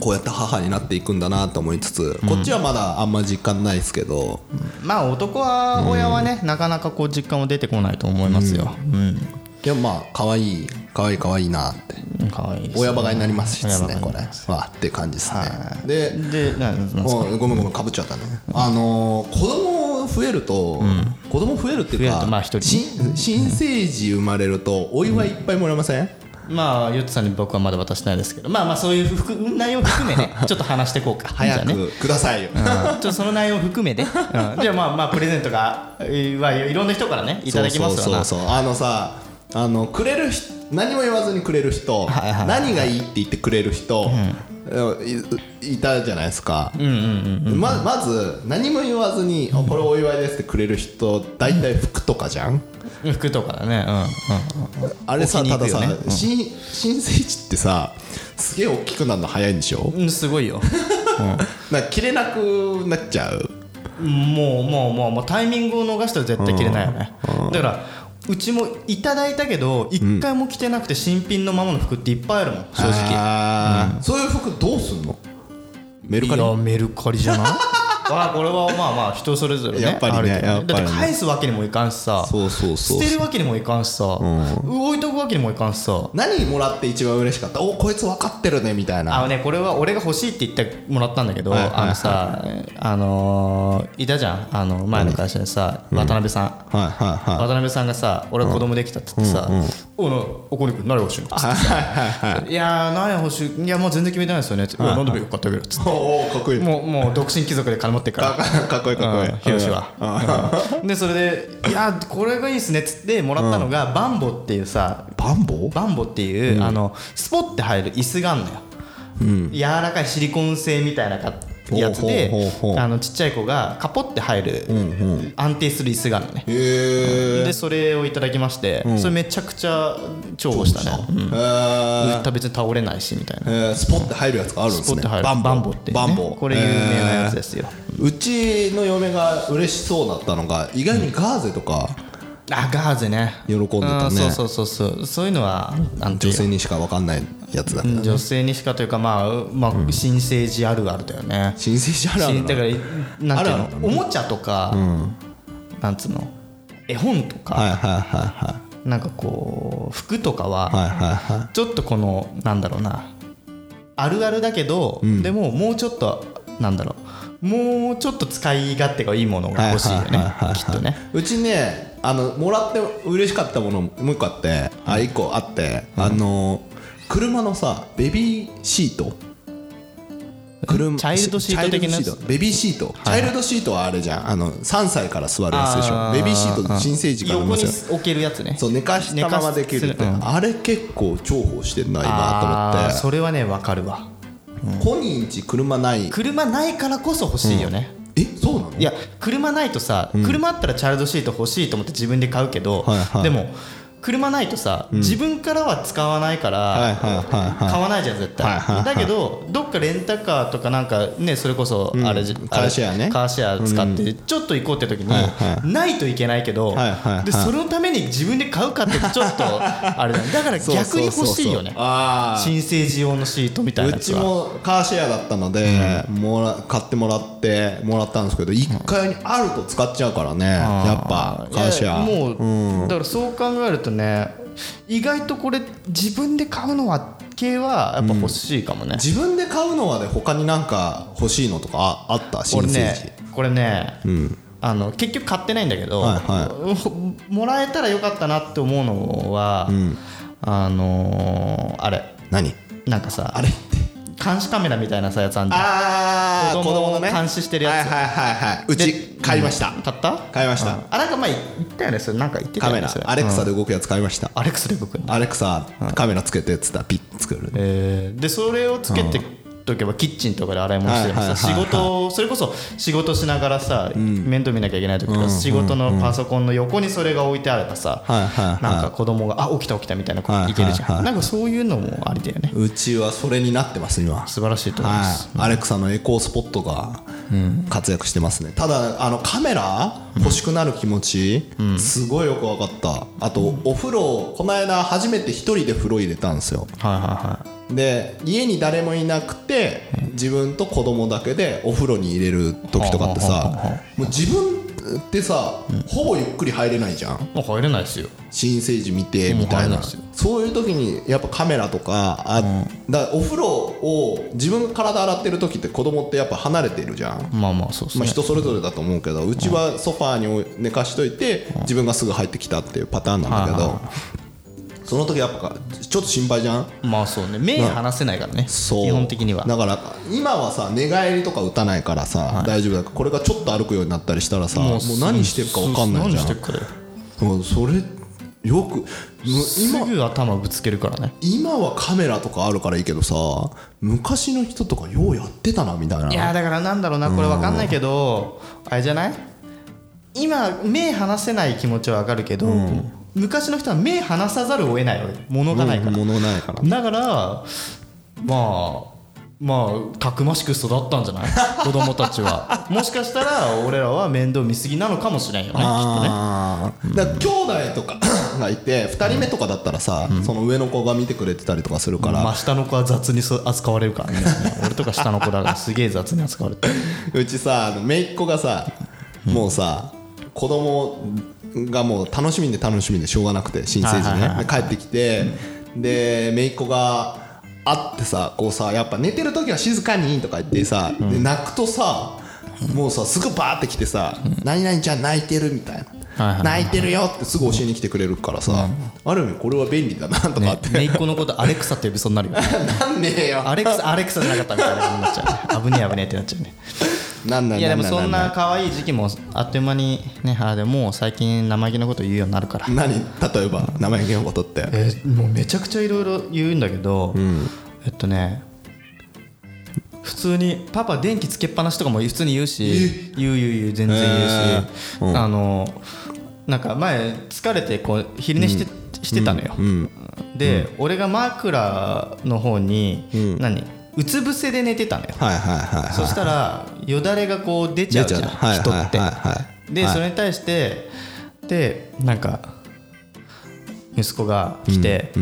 Speaker 2: こうやって母になっていくんだなと思いつつ、こっちはまだあんま実感ないですけど、
Speaker 1: まあ男は親はね、なかなかこう実感は出てこないと思いますよ。うん、
Speaker 2: でもまあ可愛い可愛い可愛いなって
Speaker 1: 可愛いですね
Speaker 2: 親バカになりますしです
Speaker 1: 親
Speaker 2: ね
Speaker 1: バカ
Speaker 2: こ
Speaker 1: に
Speaker 2: れ
Speaker 1: なり
Speaker 2: わ
Speaker 1: ます
Speaker 2: あって感じですね、で
Speaker 1: で、なんなんですか
Speaker 2: もうごめんごめんかぶっちゃったね、あのー子供増えると、子供増えるっていう
Speaker 1: 増える
Speaker 2: か、
Speaker 1: とまあ一人
Speaker 2: 新新生児生まれるとお祝いいっぱいもらえません、
Speaker 1: まあ、ヨッツさんに僕はまだ渡してないですけど、まあまあ、そういう含内容含め [LAUGHS] ね、ちょっと話していこうか。
Speaker 2: 早
Speaker 1: じゃあね
Speaker 2: くくださいよ、
Speaker 1: ちょっとその内容を含め
Speaker 2: [LAUGHS]
Speaker 1: て、うん、じゃあまあまあプレゼントがえーはいろんな人からねいただきます
Speaker 2: そう
Speaker 1: わ
Speaker 2: そ
Speaker 1: な
Speaker 2: うそうそうあのさあのくれる人何も言わずにくれる人、
Speaker 1: はいはい
Speaker 2: 何がいいって言ってくれる人、いいたじゃないですか、ままず何も言わずに、あこれお祝いですってくれる人大体服とかじゃん、
Speaker 1: 服とかだねうんうん
Speaker 2: あれさ、
Speaker 1: 置き
Speaker 2: た
Speaker 1: に行
Speaker 2: だ
Speaker 1: くよ
Speaker 2: さ
Speaker 1: ね、うん
Speaker 2: 新新生児ってさすげえ大きくなるの早いんでしょ
Speaker 1: うん、うん、すごいよ
Speaker 2: なんか着れなくなっちゃう
Speaker 1: もうもうもうもうタイミングを逃したら絶対着れないよねだからうちもいただいたけど一回も着てなくて新品のままの服っていっぱいあるもん正直
Speaker 2: 直、そういう服どうすんのメルカリ
Speaker 1: いやメルカリじゃない
Speaker 2: [LAUGHS]
Speaker 1: あこれはまあまあ人それぞれね
Speaker 2: やっぱりね
Speaker 1: あるけど
Speaker 2: やっぱりね
Speaker 1: だって返すわけにもいかんしさ
Speaker 2: そうそうそう
Speaker 1: 捨てるわけにもいかんしさ、置いとくわけにもいかんしさ
Speaker 2: 何もらって一番嬉しかったおこいつ分かってるねみたい
Speaker 1: あ
Speaker 2: な
Speaker 1: のねこれは俺が欲しいって言ってもらったんだけど、
Speaker 2: はいはいはい
Speaker 1: あのさあのーいたじゃんあの前の会社でさ、渡辺さん、
Speaker 2: はいはいはい
Speaker 1: 渡辺さんがさ俺子供できたって言ってさ「おいなおこり君何が欲しいの?」っつってさいやー何が欲しいいやもう全然決めてないですよね」って「いや何でもよかったけど」っつって
Speaker 2: おおかっこいい
Speaker 1: もうもう独身貴族で金持ってる [LAUGHS] から
Speaker 2: かっこいいかっこいい
Speaker 1: うんヒロシは、うんでそれで「いやこれがいいっすね」っつってもらったのが、バンボっていうさ
Speaker 2: バンボ
Speaker 1: バンボっていう、あのスポッて入る椅子があるのよ、柔らかいシリコン製みたいなかやつで
Speaker 2: ほうほうほうほう
Speaker 1: あのちっちゃい子がカポって入る、安定する椅子があるのね
Speaker 2: へえ
Speaker 1: でそれをいただきまして、それめちゃくちゃ重宝したね、うん
Speaker 2: え
Speaker 1: 別に倒れないしみたいな
Speaker 2: ースポって入るやつがあるんで
Speaker 1: スポ
Speaker 2: す
Speaker 1: ッ
Speaker 2: ね
Speaker 1: て入るバンボって、ね、
Speaker 2: バンボ
Speaker 1: これ有名なやつ
Speaker 2: え
Speaker 1: ですよ、
Speaker 2: ーうちの嫁が嬉しそうだったのが意外にガーゼとか
Speaker 1: あガーゼね
Speaker 2: 喜んでたね
Speaker 1: うそうそうそうそうそういうのはなんてい
Speaker 2: 女
Speaker 1: う
Speaker 2: 性にしか分かんないやつだった
Speaker 1: 女性にしかというかまあ、まあ、新生児あるあるだよね、
Speaker 2: 新生児あるあ
Speaker 1: し
Speaker 2: る
Speaker 1: だ
Speaker 2: な
Speaker 1: からなんていう
Speaker 2: あるあ
Speaker 1: のおもちゃとか、なんつうの絵本とか、
Speaker 2: はいはいはいはい
Speaker 1: なんかこう服とかは、
Speaker 2: はいはいはい
Speaker 1: ちょっとこのなんだろうなあるあるだけど、でももうちょっとなんだろうもうちょっと使い勝手がいいものが欲しいよね
Speaker 2: はいはいはいはいはい
Speaker 1: きっとね
Speaker 2: うちねあのもらって嬉しかったものもう一個あってあ1個あって、あの車のさベビーシート車
Speaker 1: チャイルドシート的なやつ
Speaker 2: チャイルドシートベビーシート、チャイルドシートはあれじゃんあの3歳から座るやつでし
Speaker 1: あー
Speaker 2: ょベビーシート新生児から
Speaker 1: 横に
Speaker 2: ますよ
Speaker 1: 置けるやつね
Speaker 2: そう寝かしたままできるっ
Speaker 1: 寝
Speaker 2: て、
Speaker 1: かすうん
Speaker 2: あれ結構重宝してんな今と
Speaker 1: あ
Speaker 2: 思
Speaker 1: ー
Speaker 2: って
Speaker 1: それはねわかるわ
Speaker 2: コニーんち車ない
Speaker 1: 車ないからこそ欲しいよね、
Speaker 2: えそうなの
Speaker 1: いや車ないとさ、車あったらチャイルドシート欲しいと思って自分で買うけど、
Speaker 2: はいはい
Speaker 1: でも車ないとさ、自分からは使わないから、
Speaker 2: はいはいはいはい
Speaker 1: 買わないじゃん絶対、
Speaker 2: はいはいはい
Speaker 1: だけどどっかレンタカーとかなんかねそれこそあれじ、
Speaker 2: カーシェアね
Speaker 1: あれカーシェア使ってちょっと行こうって時に、
Speaker 2: はいは
Speaker 1: ないといけないけど、
Speaker 2: はいはいはい
Speaker 1: でそのために自分で買うかってちょっとあれだ,、ね、だから
Speaker 2: そうそう
Speaker 1: 逆
Speaker 2: そうそう
Speaker 1: に欲しいよね
Speaker 2: あー
Speaker 1: 新生児用のシートみたいなや
Speaker 2: う
Speaker 1: つ
Speaker 2: ち
Speaker 1: は
Speaker 2: もカーシェアだったので、もら買ってもらってもらったんですけど1階にあると使っちゃうからねやっぱカーシェア
Speaker 1: いやもう、だからそう考えるとね意外とこれ自分で買うのは系はやっぱ欲しいかもね、
Speaker 2: 自分で買うのはで他になんか欲しいのとかああった新
Speaker 1: 俺
Speaker 2: 生児、
Speaker 1: ねこれね、あの結局買ってないんだけど、
Speaker 2: はいは
Speaker 1: もらえたらよかったなって思うのは、あのーあれ
Speaker 2: 何
Speaker 1: なんかさ
Speaker 2: あれって
Speaker 1: 監視カメラみたいなさやつあんじゃん
Speaker 2: あー
Speaker 1: 子供監視してるやつ
Speaker 2: はいはいはいはいうち買いました、
Speaker 1: 買った
Speaker 2: 買いました
Speaker 1: うんあなんか前言ったよねそれなんか言ってたよ
Speaker 2: カメ
Speaker 1: ね
Speaker 2: ラ
Speaker 1: それ
Speaker 2: アレク
Speaker 1: うん
Speaker 2: サで動くやつ買いました、
Speaker 1: アレクサで僕
Speaker 2: アレクサカメラつけてっつったらピッ作る、
Speaker 1: えーでそれをつけてとけばキッチンとかで洗い物してる
Speaker 2: はい
Speaker 1: さ仕
Speaker 2: はいはい
Speaker 1: 事それこそ仕事しながらさ面倒見なきゃいけない時とか仕事のパソコンの横にそれが置いてあればさ
Speaker 2: はいはいはい
Speaker 1: なんか子供が「あ起きた起きた」みたいなこ
Speaker 2: はい
Speaker 1: と
Speaker 2: はい
Speaker 1: いけるじゃ
Speaker 2: はい
Speaker 1: んなんかそういうのもありだよね
Speaker 2: うちはそれになってます今
Speaker 1: 素晴らしいと思いま
Speaker 2: は
Speaker 1: す
Speaker 2: い、アレクサのエコースポットが活躍してますね、ただあのカメラ欲しくなる気持ち、すごいよく分かったあとお風呂この間初めて一人で風呂入れたんですよ
Speaker 1: はいは
Speaker 2: で家に誰もいなくて自分と子供だけでお風呂に入れる時とかって
Speaker 1: はあはあはあ
Speaker 2: さもう自分ってさほぼゆっくり入れないじゃん
Speaker 1: いはいもう入れないですよ
Speaker 2: 新生児見てみた
Speaker 1: もう入ら
Speaker 2: い
Speaker 1: な
Speaker 2: ない
Speaker 1: ですよ
Speaker 2: そういう時にやっぱカメラとかあ、だからお風呂を自分が体洗ってる時って子供ってやっぱ離れてるじゃん、
Speaker 1: まあまあそうです
Speaker 2: まあ、
Speaker 1: ね
Speaker 2: 人それぞれだと思うけどうちはソファーに置い寝かしといて自分がすぐ入ってきたっていうパターンなんだ
Speaker 1: はい
Speaker 2: けどその時やっぱちょっと心配じゃん
Speaker 1: まあそうね目離せないからね
Speaker 2: そう
Speaker 1: 基本的には
Speaker 2: だから今はさ寝返りとか打たないからさ、大丈夫だけどこれがちょっと歩くようになったりしたらさもう何してるか分かんないじゃん
Speaker 1: そうそう何してるかだよ
Speaker 2: うんそれよくむ今
Speaker 1: すぐ頭ぶつけるからね
Speaker 2: 今はカメラとかあるからいいけどさ昔の人とかようやってたなみたいない
Speaker 1: やだからなんだろうなこれわかんないけどあれじゃない今目離せない気持ちはわかるけど、昔の人は目離さざるを得ないわけ物がないから、
Speaker 2: ものないから
Speaker 1: だからまあまあたくましく育ったん [LAUGHS] じゃない子供たちはもしかしたら俺らは面倒見すぎなのかもしれんよねきっとね
Speaker 2: あーだから兄弟とかがいて2人目とかだったらさ、その上の子が見てくれてたりとかするから、
Speaker 1: 真下の子は雑にそ扱われるからね [LAUGHS] 俺とか下の子だからすげえ雑に扱われ [LAUGHS] て
Speaker 2: [LAUGHS] うちさあの姪っ子がさもうさ子供がもう楽しみで楽しみでしょうがなくて新成人
Speaker 1: はいはいはいは
Speaker 2: ねで帰ってきてで姪っ子が会ってさこうさやっぱ寝てる時は静かにとか言ってさで泣くとさもうさすぐバーって来てさ「何々ちゃん泣いてる」みたい
Speaker 1: はいはいは
Speaker 2: な「
Speaker 1: い
Speaker 2: 泣いてるよ」ってすぐ教えに来てくれるからさある意味これは便利だなとかって
Speaker 1: 姪っ子のことアレクサって呼びそうになるよね [LAUGHS]
Speaker 2: なんねえよ
Speaker 1: アレクサアレクサじゃなかったみたいな感じになっちゃうね危ねえ危ねえってなっちゃうね
Speaker 2: なんなん
Speaker 1: いやでも
Speaker 2: ん
Speaker 1: そん
Speaker 2: ん
Speaker 1: な可愛い時期もあっという間にねあーでももう最近生意気なこと言うようになるから
Speaker 2: 何例えば生意気なことって
Speaker 1: えーもうめちゃくちゃいろいろ言うんだけど、えっとね普通に「パパ電気つけっぱなし」とかも普通に言うし言う言う言う全然言うし、あのなんか前疲れてこう昼寝して,、してたのよ、で、俺が枕の方に、何うつ伏せで寝てたのよ、
Speaker 2: はいはいはいはい
Speaker 1: そしたらよだれがこう出ちゃうじゃん、
Speaker 2: 出ちゃうはい
Speaker 1: 人
Speaker 2: はい
Speaker 1: って、
Speaker 2: はいはい
Speaker 1: で
Speaker 2: はい
Speaker 1: それに対してでなんか息子が来て、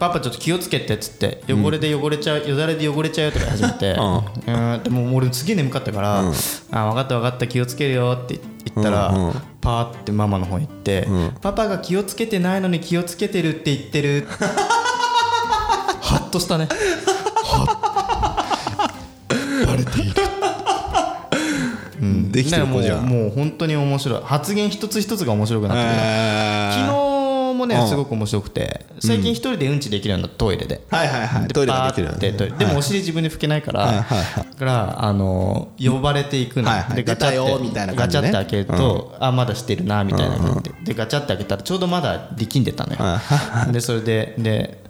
Speaker 1: パパちょっと気をつけて」っつって「汚れで汚れちゃうよだれで汚れちゃう」とか言い始めて「うーん」でもう俺すげえ眠かったから「あ分かった分かった気をつけるよ」って言ったら、パーってママの方行って、パパが気をつけてないのに気をつけてるって言ってる」
Speaker 2: [LAUGHS]
Speaker 1: ハッとしたね
Speaker 2: できてる子じゃ
Speaker 1: ね
Speaker 2: ん。
Speaker 1: もうもう本当に面白い発言一つ一つが面白くなってくる
Speaker 2: え
Speaker 1: 昨
Speaker 2: ー
Speaker 1: 日も
Speaker 2: う
Speaker 1: ね
Speaker 2: ん
Speaker 1: すごく面白くて最近一人でうんちできるようになったトイレで。
Speaker 2: はいはいはい。トイレができるよ
Speaker 1: パー
Speaker 2: ね
Speaker 1: ってトイレでもお尻自分で拭けないから、
Speaker 2: はいはいは
Speaker 1: だからあの呼ばれていくの、
Speaker 2: はいはい
Speaker 1: で
Speaker 2: 出
Speaker 1: ガチャ
Speaker 2: たよ
Speaker 1: って
Speaker 2: みたいな
Speaker 1: ガ
Speaker 2: 感
Speaker 1: チ
Speaker 2: じ
Speaker 1: ャ
Speaker 2: ね
Speaker 1: って開けると、あまだしてるなみたいな感じで,、でガチャって開けたらちょうどまだ力んでたのよ、
Speaker 2: はいは
Speaker 1: でそれでで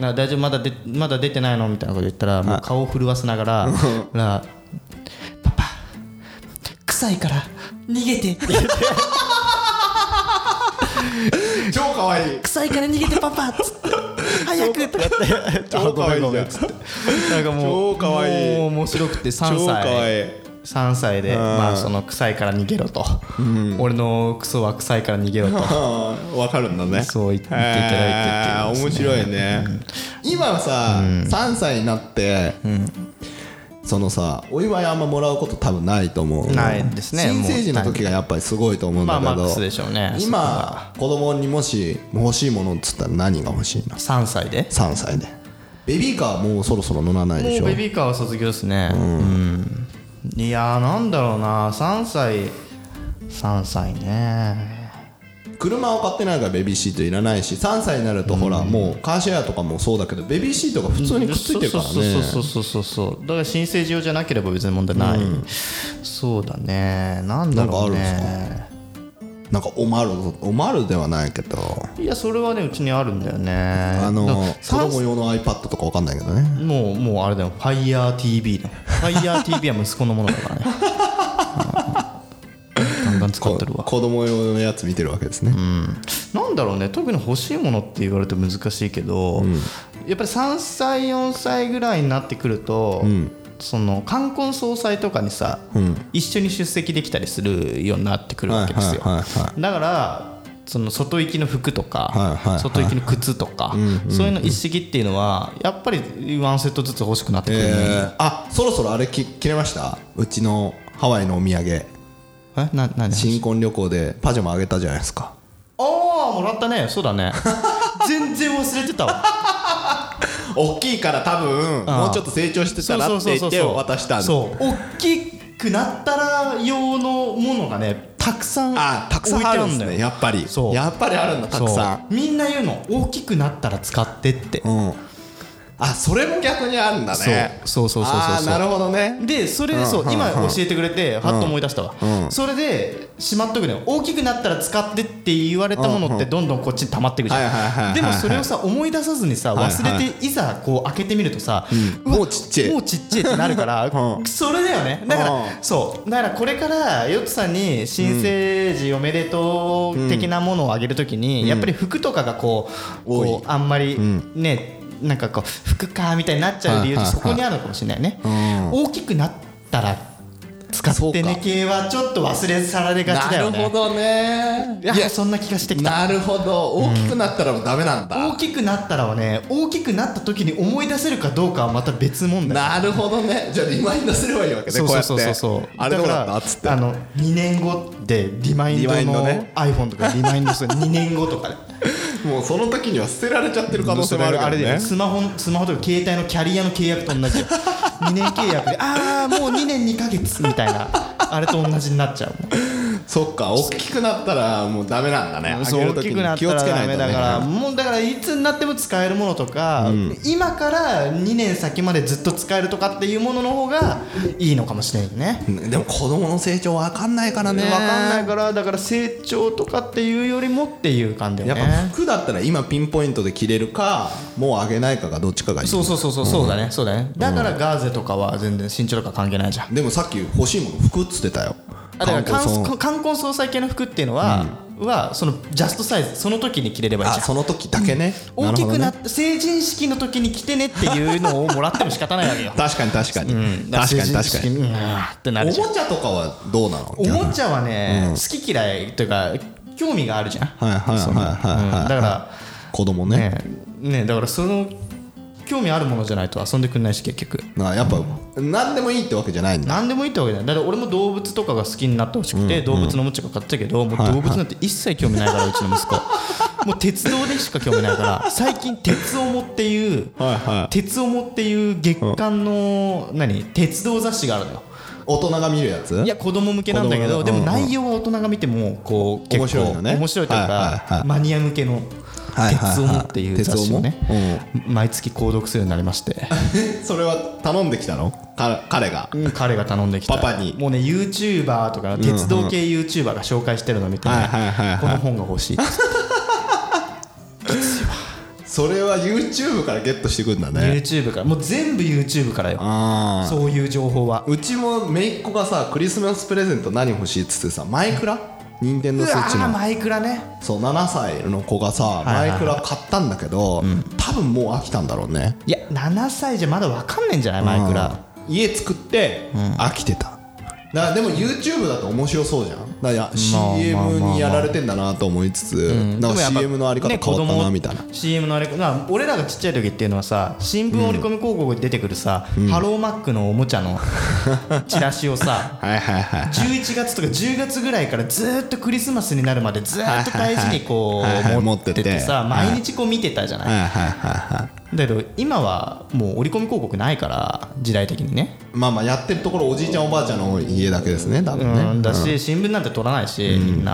Speaker 1: な大丈夫まだでまだ出てないのみたいなこと言ったらもう顔を震わせながら「なパパ臭いから逃げて」
Speaker 2: 超可愛い。
Speaker 1: 臭いから逃げてパパっつって早くとかって
Speaker 2: 超可愛いじ
Speaker 1: [LAUGHS] あごめご
Speaker 2: ゃん
Speaker 1: めっつってなんかもう
Speaker 2: 超可愛い
Speaker 1: もう面白くて3
Speaker 2: 超可愛
Speaker 1: 歳
Speaker 2: い。
Speaker 1: 3歳でまあその臭いから逃げろと俺のクソは臭いから逃げ
Speaker 2: [LAUGHS]
Speaker 1: ろと
Speaker 2: あーわかるんだね。
Speaker 1: そう言っていただいてっていう
Speaker 2: えー面白いね。今さ、3歳になって、そのさ、お祝いあんまもらうこと多分ないと思う。
Speaker 1: ないですね
Speaker 2: 新成人の時がやっぱりすごいと思うんだけど。
Speaker 1: まあマックスでしょうね
Speaker 2: 今、子供にもし欲しいものっつったら何が欲しいの
Speaker 1: 3歳で
Speaker 2: ?3 歳で。ベビーカーもうそろそろ乗らないでし
Speaker 1: も
Speaker 2: ょ
Speaker 1: うベビーカーは卒業ですねうんいやーなんだろうな3歳3歳ね
Speaker 2: 車を買ってないからベビーシートいらないし3歳になるとほらもうカーシェアとかもそうだけどベビーシートが普通にくっついてるから
Speaker 1: そう
Speaker 2: ね
Speaker 1: そうそうそうそうそうだから新生児用じゃなければ別に問題ない、そうだねなんだろう
Speaker 2: なんか
Speaker 1: ね
Speaker 2: なんかオマールオマールではないけど
Speaker 1: いやそれはねうちにあるんだよねあ
Speaker 2: あの子
Speaker 1: さ
Speaker 2: 供用の iPad とかわかんないけどね
Speaker 1: もうもうあれだよ FireTV だよ FireTV は息子のものだから
Speaker 2: [LAUGHS]
Speaker 1: ねうんガンガン使ってるわ
Speaker 2: 子供用のやつ見てるわけですね、
Speaker 1: なんだろうね特に欲しいものって言われて難しいけど、やっぱり3歳4歳ぐらいになってくると、その冠婚葬祭とかにさ、一緒に出席できたりするようになってくるわけですよ、
Speaker 2: はいはいはいは
Speaker 1: だからその外行きの服とか、
Speaker 2: はいはいはい
Speaker 1: 外行きの靴とか、そういうの一式っていうのはやっぱりワンセットずつ欲しくなってくる、
Speaker 2: えーあそろそろあれき切れましたうちのハワイのお土産
Speaker 1: えな何
Speaker 2: 新婚旅行でパジャマあげたじゃないですか
Speaker 1: ああもらったねそうだ
Speaker 2: [LAUGHS]
Speaker 1: ね全然忘れてたわ
Speaker 2: 大きいから多分
Speaker 1: ああ
Speaker 2: もうちょっと成長してたらって言って渡したんで
Speaker 1: そう大きくなったら用のものがねたくさん
Speaker 2: あたくさんあるん
Speaker 1: 置いて
Speaker 2: です
Speaker 1: あ
Speaker 2: ね
Speaker 1: だよ
Speaker 2: やっぱり
Speaker 1: そう
Speaker 2: やっぱりあるんだたくさん
Speaker 1: そうみんな言うの大きくなったら使ってって
Speaker 2: うんあそれも逆にあるんだね
Speaker 1: そうそうそうそうそう
Speaker 2: あーなるほどね
Speaker 1: でそれでそう
Speaker 2: うん
Speaker 1: 今
Speaker 2: うんうん
Speaker 1: 教えてくれてはっと思い出したわ
Speaker 2: うん
Speaker 1: それでしまっとくのよ大きくなったら使ってって言われたものってどんどんこっちに溜まってくじ
Speaker 2: はいはいはいはい
Speaker 1: ゃ
Speaker 2: は
Speaker 1: ん
Speaker 2: い
Speaker 1: でもそれをさ思い出さずにさ
Speaker 2: はい
Speaker 1: 忘れていざこう開けてみるとさ
Speaker 2: うん
Speaker 1: うわ
Speaker 2: もうちっちゃい
Speaker 1: もうちっちゃいってなるから [LAUGHS]
Speaker 2: うん
Speaker 1: それだよねだか
Speaker 2: うん
Speaker 1: らそうだからこれからヨッツさんに新成人おめでとう的なものをあげるときにやっぱり服とかがこう
Speaker 2: 多い
Speaker 1: こうあんまり
Speaker 2: ん
Speaker 1: ねなんかこう服かみたいになっちゃう理由っ
Speaker 2: はいはい
Speaker 1: て
Speaker 2: はい
Speaker 1: そこにあるのかもしれないね、
Speaker 2: うん
Speaker 1: 大きくなったら使
Speaker 2: そ
Speaker 1: っ
Speaker 2: う
Speaker 1: てね
Speaker 2: か
Speaker 1: 系はちょっと忘れ去られがちだ
Speaker 2: な
Speaker 1: よ
Speaker 2: る
Speaker 1: ね
Speaker 2: ほどね
Speaker 1: いやそんな気がしてきた
Speaker 2: なるほど大きくなったらもうダメなん
Speaker 1: 大
Speaker 2: だ
Speaker 1: きくなったらはね大きくなった時に思い出せるかどうかはまた別問題
Speaker 2: なるほどねじゃあリマインドすればいいわけね
Speaker 1: そう
Speaker 2: こう
Speaker 1: そ
Speaker 2: や
Speaker 1: う
Speaker 2: って
Speaker 1: そうそうそう
Speaker 2: あれどうだ
Speaker 1: か
Speaker 2: った
Speaker 1: ら
Speaker 2: っつって
Speaker 1: あの2年後でリマインド
Speaker 2: リマインド
Speaker 1: の
Speaker 2: ね
Speaker 1: iPhone とかリマインド
Speaker 2: [LAUGHS]
Speaker 1: する2年後とかで
Speaker 2: もうその時には捨てられちゃってる可能性もある
Speaker 1: あ
Speaker 2: から
Speaker 1: れだよね
Speaker 2: ね
Speaker 1: スマホスマホとか携帯のキャリアの契約と同じよ2年契約でああもう2年2ヶ月みたいなあれと同じになっちゃう
Speaker 2: そっか大きくなったらもうダメなんだね
Speaker 1: そう大
Speaker 2: 開ける時
Speaker 1: き
Speaker 2: に
Speaker 1: くなっ
Speaker 2: 気
Speaker 1: た
Speaker 2: を
Speaker 1: ら
Speaker 2: つけな
Speaker 1: ダ
Speaker 2: いと
Speaker 1: メ
Speaker 2: ね
Speaker 1: だからもうだからいつになっても使えるものとか、今から2年先までずっと使えるとかっていうものの方がいいのかもしれないね
Speaker 2: でも子供の成長わかんないからね
Speaker 1: 分かんないからだから成長とかっていうよりもっていう感じだ
Speaker 2: や
Speaker 1: よ
Speaker 2: っ
Speaker 1: ね
Speaker 2: ぱ服だったら今ピンポイントで着れるかもうあげないかがどっちかがいい
Speaker 1: そうそうそうそうそうだね、そうだねだからガーゼとかは全然身長とか関係ないじゃん
Speaker 2: でもさっき欲しいもの服っつってたよ
Speaker 1: あだから
Speaker 2: 観光
Speaker 1: 冠
Speaker 2: その
Speaker 1: 婚冠婚葬祭系の服っていうのは、はそのジャストサイズその時に着れればいい
Speaker 2: あ
Speaker 1: じゃん
Speaker 2: その時だけね
Speaker 1: 大きくな
Speaker 2: るほどね
Speaker 1: って成人式の時に着てねっていうのをもらっても仕方ないわけよ
Speaker 2: 確かに確かに確かに確かに
Speaker 1: にってな
Speaker 2: お
Speaker 1: る
Speaker 2: も
Speaker 1: じゃん
Speaker 2: ちゃとかはどうなの
Speaker 1: おもちゃはね、好き嫌いというか興味があるじゃん、
Speaker 2: はいはいはい
Speaker 1: その
Speaker 2: はいはいはい
Speaker 1: うんだから
Speaker 2: 子供ね
Speaker 1: ねねだからその興味あるものじゃないと遊んでくれないし結局
Speaker 2: なやっぱ何でもいいってわけじゃないんだ
Speaker 1: 何でもいいってわけじゃないだって俺も動物とかが好きになってほしくて、動物のおもちゃが買ってたけどもう動物なんて一切興味ないからうちの
Speaker 2: [LAUGHS]
Speaker 1: 息子もう鉄道でしか興味ないから最近鉄オモっていう
Speaker 2: はいは
Speaker 1: 鉄オモっていう月間の何鉄道雑誌があるのよ
Speaker 2: い大人が見るやつ
Speaker 1: いや子供向けなんだけど
Speaker 2: 子供が
Speaker 1: でも
Speaker 2: うんうん
Speaker 1: 内容は大人が見てもこう結構
Speaker 2: 面白いのね
Speaker 1: 面白いという
Speaker 2: はいはいは
Speaker 1: か
Speaker 2: い
Speaker 1: マニア向けの
Speaker 2: はいはいはい
Speaker 1: 鉄オモっていう雑誌を
Speaker 2: 鉄オモ
Speaker 1: ね毎月購読するようになりまして
Speaker 2: それは頼んできたのか彼が
Speaker 1: うん彼が頼んできた
Speaker 2: パパに
Speaker 1: もうね YouTuber とか鉄道系 YouTuber が紹介してるの見てね
Speaker 2: はいはいはいはい
Speaker 1: この本が欲しいって
Speaker 2: それは YouTube からゲットしてくんだね
Speaker 1: YouTube からもう全部 YouTube からよ
Speaker 2: ああ
Speaker 1: そういう情報は
Speaker 2: うちもめいっ子がさクリスマスプレゼント何欲しいっつってさマイクラ任天
Speaker 1: う
Speaker 2: 堂
Speaker 1: わ
Speaker 2: スイッチ
Speaker 1: ー
Speaker 2: の
Speaker 1: マイクラね
Speaker 2: そう7歳の子がさ
Speaker 1: いは
Speaker 2: マ
Speaker 1: い
Speaker 2: イクラ買ったんだけど多分もう飽きたんだろうね
Speaker 1: いや7歳じゃまだわかんないんじゃないマイクラ
Speaker 2: うん家作って飽きてただからでも YouTube だと面白そうじゃんだからいや
Speaker 1: まあ
Speaker 2: CM にやられてんだなと思いつつなんか CM のあり方変わったなみたいな
Speaker 1: CM のあり方まあ俺らがちっちゃい時っていうのはさ新聞折り込み広告に出てくるさ、ハローマックのおもちゃ
Speaker 2: [LAUGHS]
Speaker 1: のチラシをさ
Speaker 2: はいはいはい
Speaker 1: 11月とか10月ぐらいからずーっとクリスマスになるまでずーっと大事にこ
Speaker 2: はいはいはいう
Speaker 1: 持っててさ
Speaker 2: 持ってて
Speaker 1: 毎日こう見てたじゃ
Speaker 2: は
Speaker 1: ない
Speaker 2: いはいはいはい
Speaker 1: いだけど今はもう折り込み広告ないから時代的にね
Speaker 2: まあまあやってるところおじいちゃんおばあちゃんの家だけですね多分ね
Speaker 1: うんだし新聞なんて取らないしみんな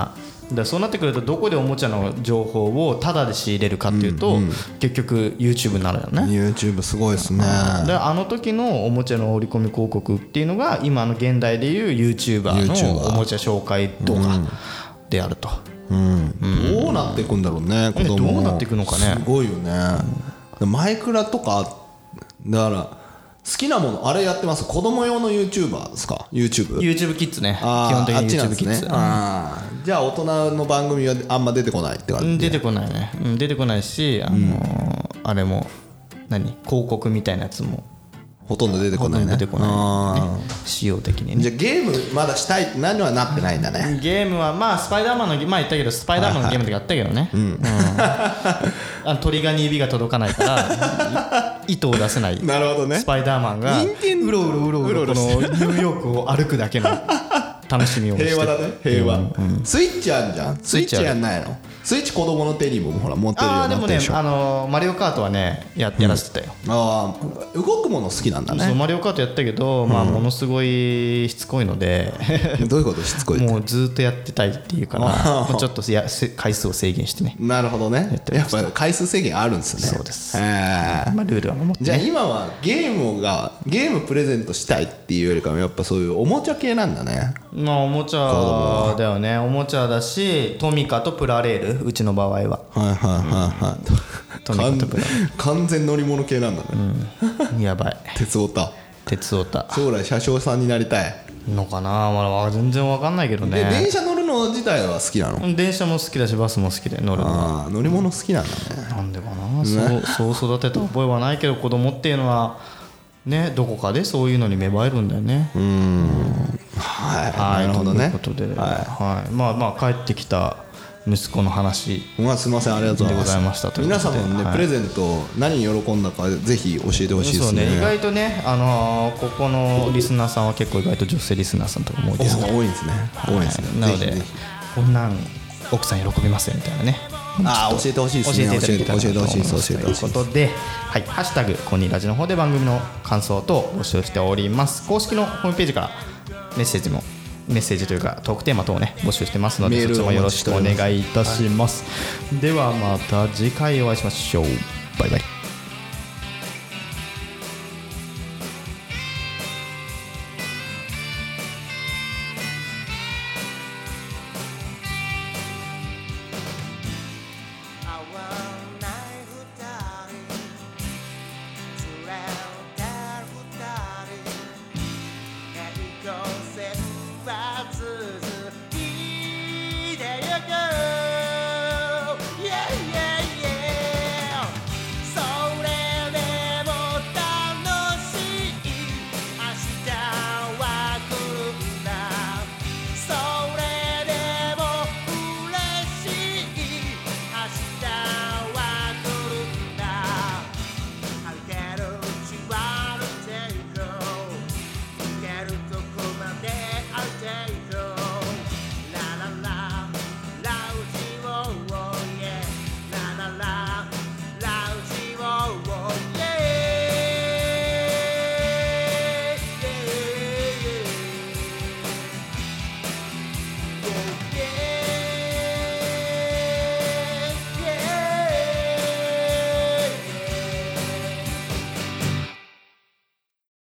Speaker 1: だからそうなってくるとどこでおもちゃの情報をタダで仕入れるかっていうと結局 YouTube になるよね
Speaker 2: YouTube すごいですね
Speaker 1: だからあの時のおもちゃの折り込み広告っていうのが今の現代でいう YouTuber の
Speaker 2: YouTuber
Speaker 1: おもちゃ紹介動画であると、
Speaker 2: うんどうなっていくんだろうね子供
Speaker 1: どうなっていくのかね
Speaker 2: すごいよねマイクラとかだから好きなものあれやってます子供用の YouTuber ですか YouTube
Speaker 1: YouTube キッズね基
Speaker 2: あー
Speaker 1: 本的
Speaker 2: あっ
Speaker 1: に
Speaker 2: ちなん
Speaker 1: YouTube
Speaker 2: で
Speaker 1: キ
Speaker 2: す
Speaker 1: ッ
Speaker 2: ね
Speaker 1: ズ
Speaker 2: あーじゃあ大人の番組はあんま出てこないって
Speaker 1: う
Speaker 2: 感
Speaker 1: ん
Speaker 2: じ
Speaker 1: 出てこないね、うん、出てこないし、あのーあれも何広告みたいなやつも
Speaker 2: ほとんど出てこ
Speaker 1: ほと
Speaker 2: なんい
Speaker 1: ど
Speaker 2: ね
Speaker 1: 出てこない、
Speaker 2: あ
Speaker 1: ね、仕様的に
Speaker 2: ー
Speaker 1: ね
Speaker 2: じゃあゲームまだしたいって何はなってないんだね
Speaker 1: ゲームはまあスパイダーマンのゲームまあ言ったけどスパイダーマンのゲームとかやったけどね、うんあの鳥がに指が届かない
Speaker 2: [LAUGHS]
Speaker 1: からい糸を出せない
Speaker 2: なるほど
Speaker 1: スパイダーマンが
Speaker 2: 人間
Speaker 1: うろうろうろうろ
Speaker 2: うろ
Speaker 1: この
Speaker 2: うろし
Speaker 1: ニューヨークを歩くだけの [LAUGHS] 楽しみをして
Speaker 2: 平和だね平和スイッチあんじゃんス
Speaker 1: スイ
Speaker 2: イッ
Speaker 1: ッチあ
Speaker 2: チ
Speaker 1: る
Speaker 2: やんないのスイッチ子供の手にもほら持ってるよう
Speaker 1: ああで
Speaker 2: になっ
Speaker 1: も
Speaker 2: て
Speaker 1: ね
Speaker 2: るでしょ
Speaker 1: あのーマリオカートはねややらせてたよ、
Speaker 2: ああ動くもの好きなんだ
Speaker 1: そう
Speaker 2: ね
Speaker 1: マリオカートやったけど、まあ、ものすごいしつこいの [LAUGHS] で
Speaker 2: [LAUGHS] どういうことしつこいって
Speaker 1: もうずっとやってたいっていうから
Speaker 2: あー
Speaker 1: もうちょっとやせ回数を制限してね、
Speaker 2: なるほどね
Speaker 1: ってま
Speaker 2: や
Speaker 1: し
Speaker 2: ったぱ回数制限あるんですね
Speaker 1: そうです
Speaker 2: へー
Speaker 1: まあ、ルールは守って
Speaker 2: じゃあ今はゲームがゲームプレゼントしたいっていうよりかはやっぱそういうおもちゃ系なんだね
Speaker 1: まあおもちゃだよねおもちゃだしトミカとプラレールうちの場合 [LAUGHS] は
Speaker 2: はいはいはい
Speaker 1: とにかく
Speaker 2: 完全乗り物系なんだね、
Speaker 1: やばい
Speaker 2: 鉄オタ
Speaker 1: 鉄オタ
Speaker 2: 将来車掌さんになりたい、
Speaker 1: のかな、まあわ、全然わかんないけど
Speaker 2: で電
Speaker 1: ね
Speaker 2: 車乗るの自体は好きなの、
Speaker 1: 電車も好きだしバスも好きで乗るの
Speaker 2: ああ乗り物好きなんだね
Speaker 1: なんでかなそうそう育てた覚えはないけど子供っていうのはねどこかでそういうのに芽生えるんだよね
Speaker 2: はい、
Speaker 1: はい
Speaker 2: なるほどね
Speaker 1: ということで、
Speaker 2: は
Speaker 1: はいまあまあ帰ってきた息子の話
Speaker 2: い、まあ、すみませんありがとうござ
Speaker 1: でござ
Speaker 2: います
Speaker 1: いましたというこ
Speaker 2: 皆
Speaker 1: とで
Speaker 2: 様もね、
Speaker 1: はい
Speaker 2: プレゼント何喜んだかぜひ教えてほしいで
Speaker 1: そう
Speaker 2: すね
Speaker 1: ね意外とね、あのーここのリスナーさんは結構意外と女性リスナーさんとかも多いですね
Speaker 2: お多いんですね多いんですね、
Speaker 1: なの
Speaker 2: ぜ
Speaker 1: で
Speaker 2: ひぜひ
Speaker 1: こんなん奥さん喜びますよみたいなね
Speaker 2: ああ教えてほしいで
Speaker 1: 教
Speaker 2: すね
Speaker 1: えていただけたらな
Speaker 2: 教
Speaker 1: と思い
Speaker 2: えてほしいです
Speaker 1: ます
Speaker 2: 教え
Speaker 1: とい
Speaker 2: てほ
Speaker 1: う
Speaker 2: しい
Speaker 1: こ
Speaker 2: です
Speaker 1: とで「はい、ハッシュタグコニーラジ」の方で番組の感想等募集しております公式のホームページからメッセージもメッセージというかトークテーマ等をね募集してますので
Speaker 2: メ
Speaker 1: そ
Speaker 2: ー
Speaker 1: ち
Speaker 2: ル
Speaker 1: ら
Speaker 2: を
Speaker 1: も
Speaker 2: お
Speaker 1: よろ
Speaker 2: 待ち
Speaker 1: し
Speaker 2: し
Speaker 1: く
Speaker 2: て
Speaker 1: お
Speaker 2: おります
Speaker 1: 願いいたします、ではまた次回お会いしましょうバイバイ